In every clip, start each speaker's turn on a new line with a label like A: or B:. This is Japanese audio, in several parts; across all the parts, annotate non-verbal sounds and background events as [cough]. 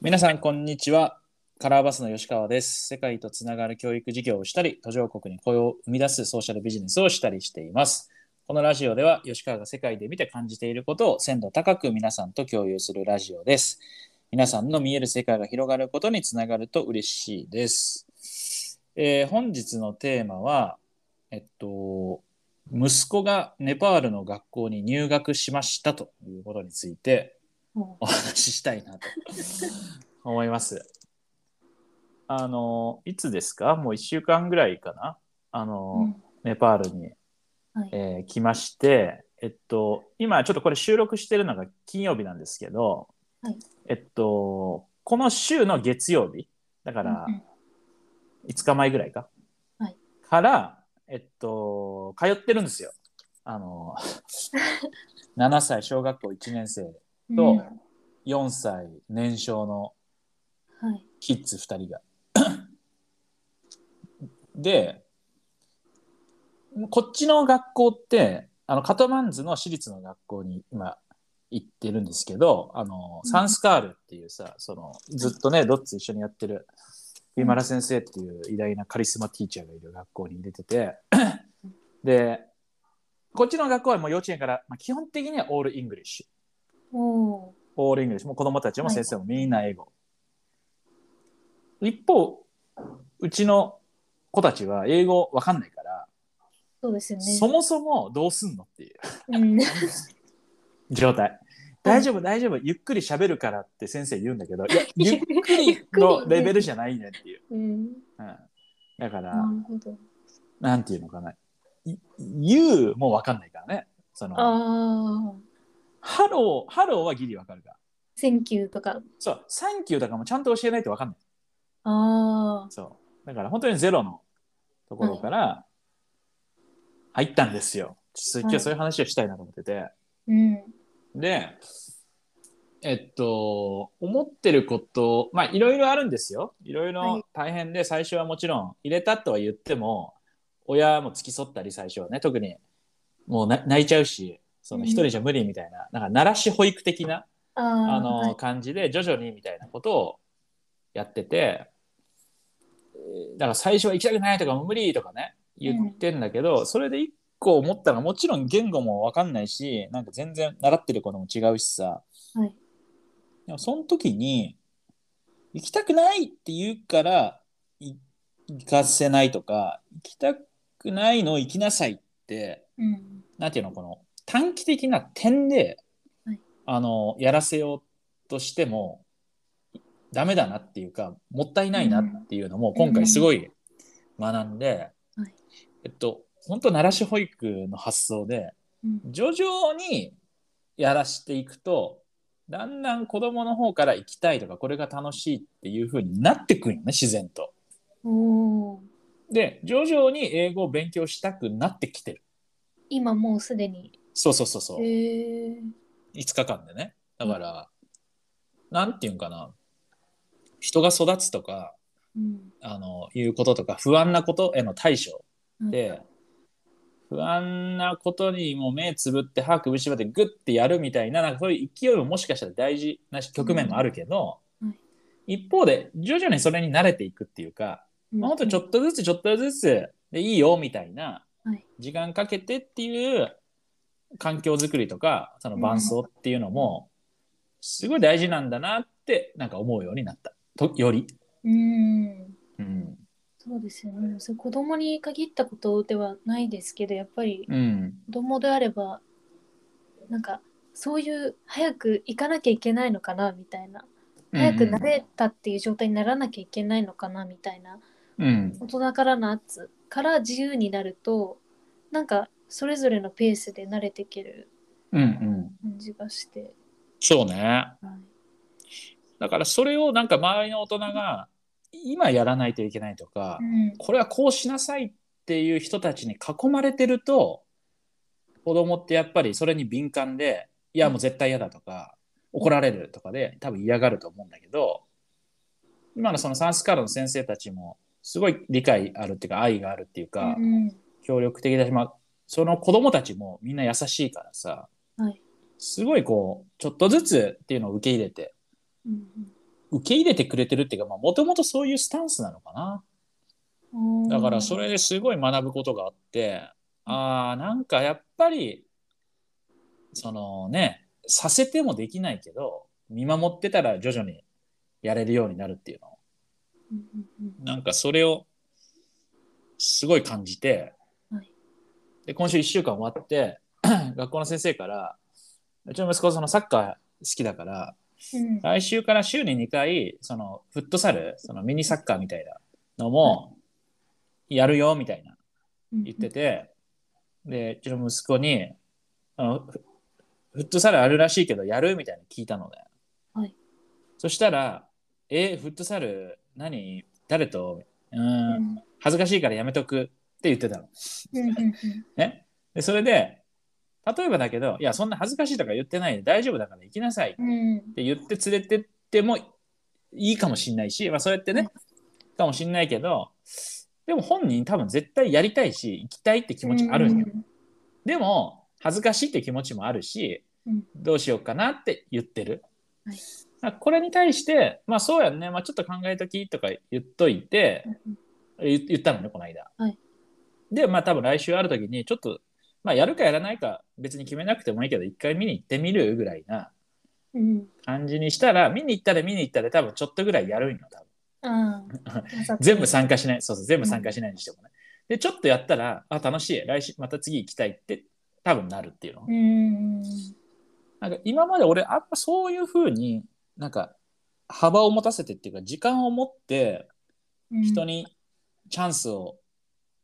A: 皆さん、こんにちは。カラーバスの吉川です。世界とつながる教育事業をしたり、途上国に雇用を生み出すソーシャルビジネスをしたりしています。このラジオでは、吉川が世界で見て感じていることを鮮度高く皆さんと共有するラジオです。皆さんの見える世界が広がることにつながると嬉しいです。えー本日のテーマは、えっと、息子がネパールの学校に入学しましたということについて、お話ししたいなと思います。あのいつですかもう1週間ぐらいかなあの、ネパールに、
B: はい
A: えー来まして、えっと、今ちょっとこれ収録してるのが金曜日なんですけど、
B: はい
A: えっと、この週の月曜日だから
B: うんうん
A: 5日前ぐらいか、
B: はい
A: から、えっと、通ってるんですよ。あ
B: [laughs]
A: の7歳小学校1年生と
B: うん
A: 4歳年少の
B: はい。
A: キッズ2人が。 [coughs] でこっちの学校ってあのカトマンズの私立の学校に今行ってるんですけどあの
B: うん
A: サンスカールっていうさそのずっとねドッツ一緒にやってるビマラ先生っていう偉大なカリスマティーチャーがいる学校に入れててでこっちの学校はもう幼稚園から、まあ、基本的にはオールイングリッシュ
B: おー
A: オールイングリッシュもう子供たちも先生もみんな英語、一方うちの子たちは英語わかんないから、
B: そうですよね。
A: そもそもどうすんのっていう
B: うん。
A: 状態大丈夫大丈夫ゆっくり喋るからって先生言うんだけどいやゆっく
B: ゆっ
A: り
B: くり
A: のレベルじゃないねっていう、
B: うん。
A: うん、だから、
B: なるほど。
A: なんていうのかない言うもわかんないからねその
B: ああ。
A: ハローハローはギリわかるから
B: センキューとか。
A: そうサンキューだからもうちゃんと教えないとわかんない
B: ああ。
A: そう。だから本当にゼロのところから入ったんですよ。ちょっと今日そういう話をしたいなと思ってて。
B: うん。
A: で、えっと、思ってること、まあいろいろあるんですよ。いろい
B: は
A: ろ
B: い
A: 大変で、最初はもちろん入れたとは言っても、親も付き添ったり最初はね、特にもうな泣いちゃうし、その一人じゃ無理みたいな、なんか慣らし保育的な
B: あ
A: あ
B: あ。は
A: の
B: い
A: 感じで徐々にみたいなことをやっててえーだから最初は行きたくないとか無理とかね言ってんだけど、それで一個思ったのはもちろん言語も分かんないしなんか全然習ってることも違うしさ
B: はい。
A: でもその時に行きたくないって言うからい行かせないとか行きたくないのを行きなさいって
B: うん。
A: なんていうのこの短期的な点で、
B: はい
A: あのやらせようとしてもダメだなっていうかもったいないなっていうのも今回すごい学んで、
B: うんはい
A: えっと本当奈良市保育の発想で
B: うん。
A: 徐々にやらしていくとだんだん子供の方から行きたいとかこれが楽しいっていう風になってくるよね自然と。
B: おお。
A: で徐々に英語を勉強したくなってきてる。
B: 今もうすでに。
A: そうそうそうそう。
B: へえ。
A: 5日間でねだから、なんていうんかな人が育つとか
B: うん。
A: あのいうこととか不安なことへの対処
B: はい
A: で、不安なことにもう目つぶって歯くぶしばってグッてやるみたいななんかそういう勢いももしかしたら大事なし局面もあるけど、
B: うんはい
A: 一方で徐々にそれに慣れていくっていうか、
B: うん
A: まあ、ほんとちょっとずつちょっとずつでいいよみたいな
B: はい。
A: 時間かけてっていう環境づくりとかその伴奏っていうのもすごい大事なんだなってなんか思うようになったとより、
B: うん。
A: うん
B: そうですよね。それ子供に限ったことではないですけど、やっぱり
A: うん、
B: 子供であれば。なんか。そういう早く行かなきゃいけないのかなみたいな早く慣れたっていう状態にならなきゃいけないのかなみたいな
A: うん
B: 大人からの圧から自由になるとなんかそれぞれのペースで慣れていける
A: うんうん
B: 感じがして、
A: そうね
B: はい
A: だからそれをなんか周りの大人が今やらないといけないとか、
B: うん
A: これはこうしなさいっていう人たちに囲まれてると子供ってやっぱりそれに敏感でいやもう絶対嫌だとか怒られるとかで多分嫌がると思うんだけど今のそのサンスカールの先生たちもすごい理解あるっていうか愛があるっていうか
B: うん
A: 協力的だし、まあ、その子供たちもみんな優しいからさ
B: はい
A: すごいこうちょっとずつっていうのを受け入れて
B: うん
A: 受受け入れてくれてるっていうかもともとそういうスタンスなのかな
B: うん
A: だからそれですごい学ぶことがあってあーなんかやっぱりそのねさせてもできないけど見守ってたら徐々にやれるようになるっていうの
B: うんうん
A: なんかそれをすごい感じて、
B: はい
A: で今週1週間終わって [clears throat] 学校の先生からうちの息子そのサッカー好きだから
B: うん
A: 来週から週に2回そのフットサルそのミニサッカーみたいなのもやるよみたいな
B: うん
A: 言ってて、でうちの息子にあのフフットサルあるらしいけどやるみたいな聞いたので、
B: はい
A: そしたら「えフットサル何誰とうー
B: うんん
A: 恥ずかしいからやめとく」って言ってたの。
B: うんうんうん
A: ね、でそれで例えばだけど「いやそんな恥ずかしいとか言ってないで大丈夫だから行きなさい」っ
B: うん
A: て言って連れてってもいいかもしんないし、まあ、そうやってねかもしんないけどでも本人多分絶対やりたいし行きたいって気持ちあるんよ。でも恥ずかしいって気持ちもあるし、
B: うん
A: どうしようかなって言ってる、
B: はい
A: だからこれに対してまあそうやんね、まあ、ちょっと考えときとか言っといて言言ったのねこの間、
B: はい
A: でまあ多分来週ある時にちょっと、まあ、やるかやらないか別に決めなくてもいいけど一回見に行ってみるぐらいな
B: うんうん
A: 感じにしたら見に行ったら見に行ったら多分ちょっとぐらいやるんよ多分
B: ああ
A: 全部参加しないそうそう全部参加しないにしてもね、でちょっとやったらあ楽しい来週また次行きたいって多分なるっていうの、
B: うんうん
A: なんか今まで俺あんまそういうふうになんか幅を持たせてっていうか時間を持って
B: うん
A: 人にチャンスを、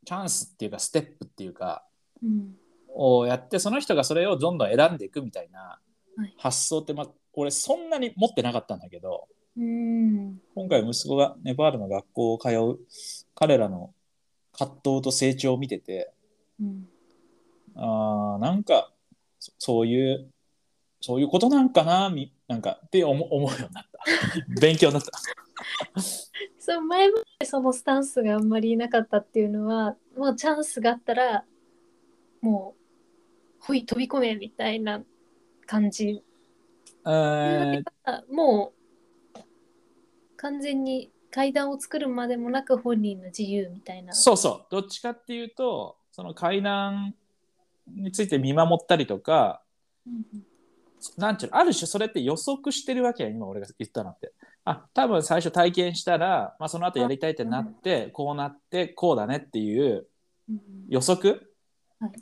A: チャンスっていうかステップっていうか
B: うん
A: をやってその人がそれをどんどん選んでいくみたいな
B: はい
A: 発想って、まあ、俺そんなに持ってなかったんだけど
B: うん
A: 今回息子がネパールの学校を通う彼らの葛藤と成長を見てて、
B: うん
A: あーなんかそそういうそういうことなんかなみなんかって思思うようになった勉強になった
B: そう前までそのスタンスがあんまりなかったっていうのはもうチャンスがあったらもうほい飛び込めみたいな感じ
A: えー
B: あもう完全に階段を作るまでもなく本人の自由みたいな
A: そうそうどっちかっていうとその階段について見守ったりとか
B: うんうん
A: なんちゅうのある種それって予測してるわけや今俺が言ったのってあ多分最初体験したら、まあ、その後やりたいってなってこうなってこうだねっていう
B: うん
A: 予測、
B: はい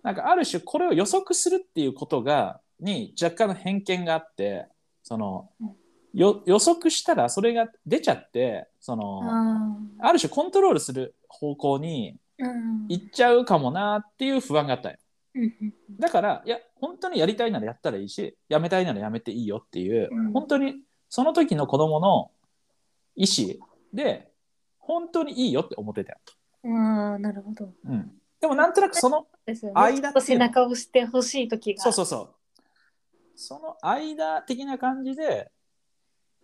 A: なんかある種これを予測するっていうことがに若干の偏見があってその、
B: うん
A: よ予測したらそれが出ちゃってそ
B: うん
A: のあ
B: あ
A: る種コントロールする方向に
B: ーうん
A: 行っちゃうかもなっていう不安があったんよ
B: うんうん
A: だからいや本当にやりたいならやったらいいしやめたいならやめていいよっていう、
B: うん
A: 本当にその時の子供の意思で本当にいいよって思ってたよ、
B: あーなるほど
A: うん、でもなんとなくその
B: ですよ
A: 間って
B: ね
A: いう
B: ち
A: の
B: ょっと背中を押してほしい時が
A: そうそうそう。その間的な感じで、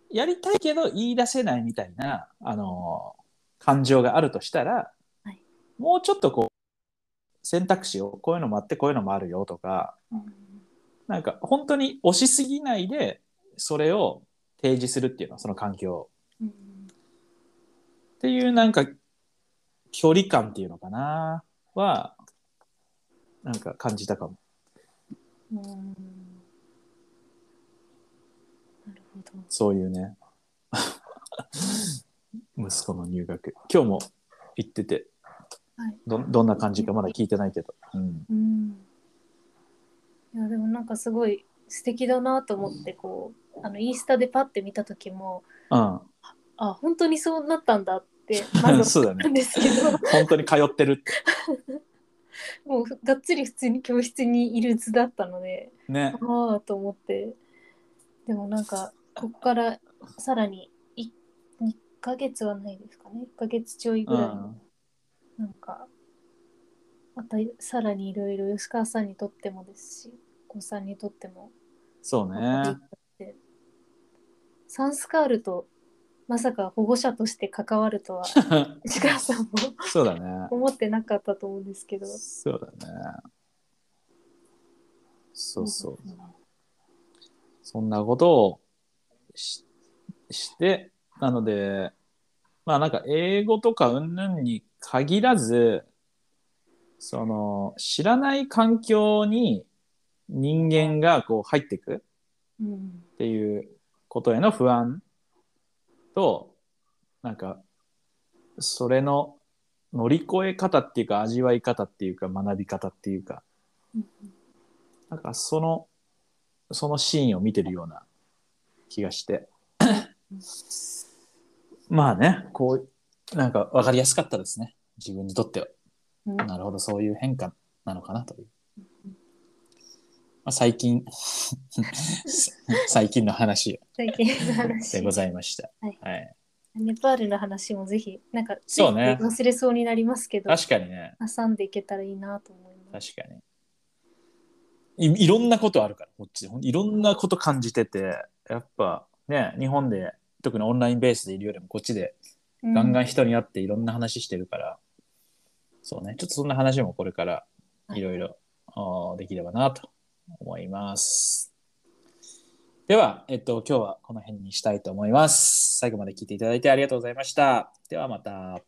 A: やりたいけど言い出せないみたいな、あのー感情があるとしたら、
B: はい
A: もうちょっとこう、選択肢をこういうのもあって、こういうのもあるよとか、
B: うん
A: なんか本当に押しすぎないで、それを提示するっていうのは、その環境を
B: うん
A: っていうなんか、距離感っていうのかな、は、なんか感じたかも。
B: うんなるほど
A: そういうね。息子の入学。今日も行ってて、
B: はい
A: どどんな感じかまだ聞いてないけど。うん、
B: うんいやでもなんかすごい素敵だなと思ってこうあのインスタでパッて見た時も
A: うん、
B: あ本当にそうなったんだって
A: [laughs] う
B: ま
A: ん
B: ず
A: そうだ
B: 思った
A: ね。
B: んですけど、 [laughs]
A: 本当に通ってるって。
B: もうふがっつり普通に教室にいる図だったので
A: ね。
B: ああと思ってでもなんかここからさらに1ヶ月はないですかね1ヶ月ちょいぐ
A: う
B: らい、
A: ん。
B: なんかまたさらにいろいろ吉川さんにとってもですしお子さんにとっても
A: そう
B: [laughs]
A: ね。
B: サンスカールとまさか保護者として関わるとは
A: [laughs]
B: 石川さんも
A: そうだね。
B: 思ってなかったと思うんですけど。
A: そうだね。そうそう。そんなことをしして、なので、まあなんか英語とか云々に限らず、その知らない環境に人間がこう入っていく
B: うん
A: っていうことへの不安と、なんか、それの乗り越え方っていうか味わい方っていうか学び方っていうか、
B: うん
A: なんかその、そのシーンを見てるような気がして。まあね、こう、なんか分かりやすかったですね。自分にとっては。
B: うん
A: なるほど、そういう変化なのかなという。まあ、最近、最近の話
B: 最近の話
A: でございました。
B: はい
A: はい、
B: ネパールの話もぜひなんか
A: そうね
B: つい忘れそうになりますけど
A: 確かにね、
B: 挟んでいけたらいいなと思います。
A: 確かにいいろんなことあるからこっちでほんいろんなこと感じててやっぱね日本で特にオンラインベースでいるよりもこっちでガンガン人に会っていろんな話してるから、そうねちょっとそんな話もこれからいろいろあーできればなと思いますでは、えっと、今日はこの辺にしたいと思います。最後まで聞いていただいてありがとうございました。ではまた。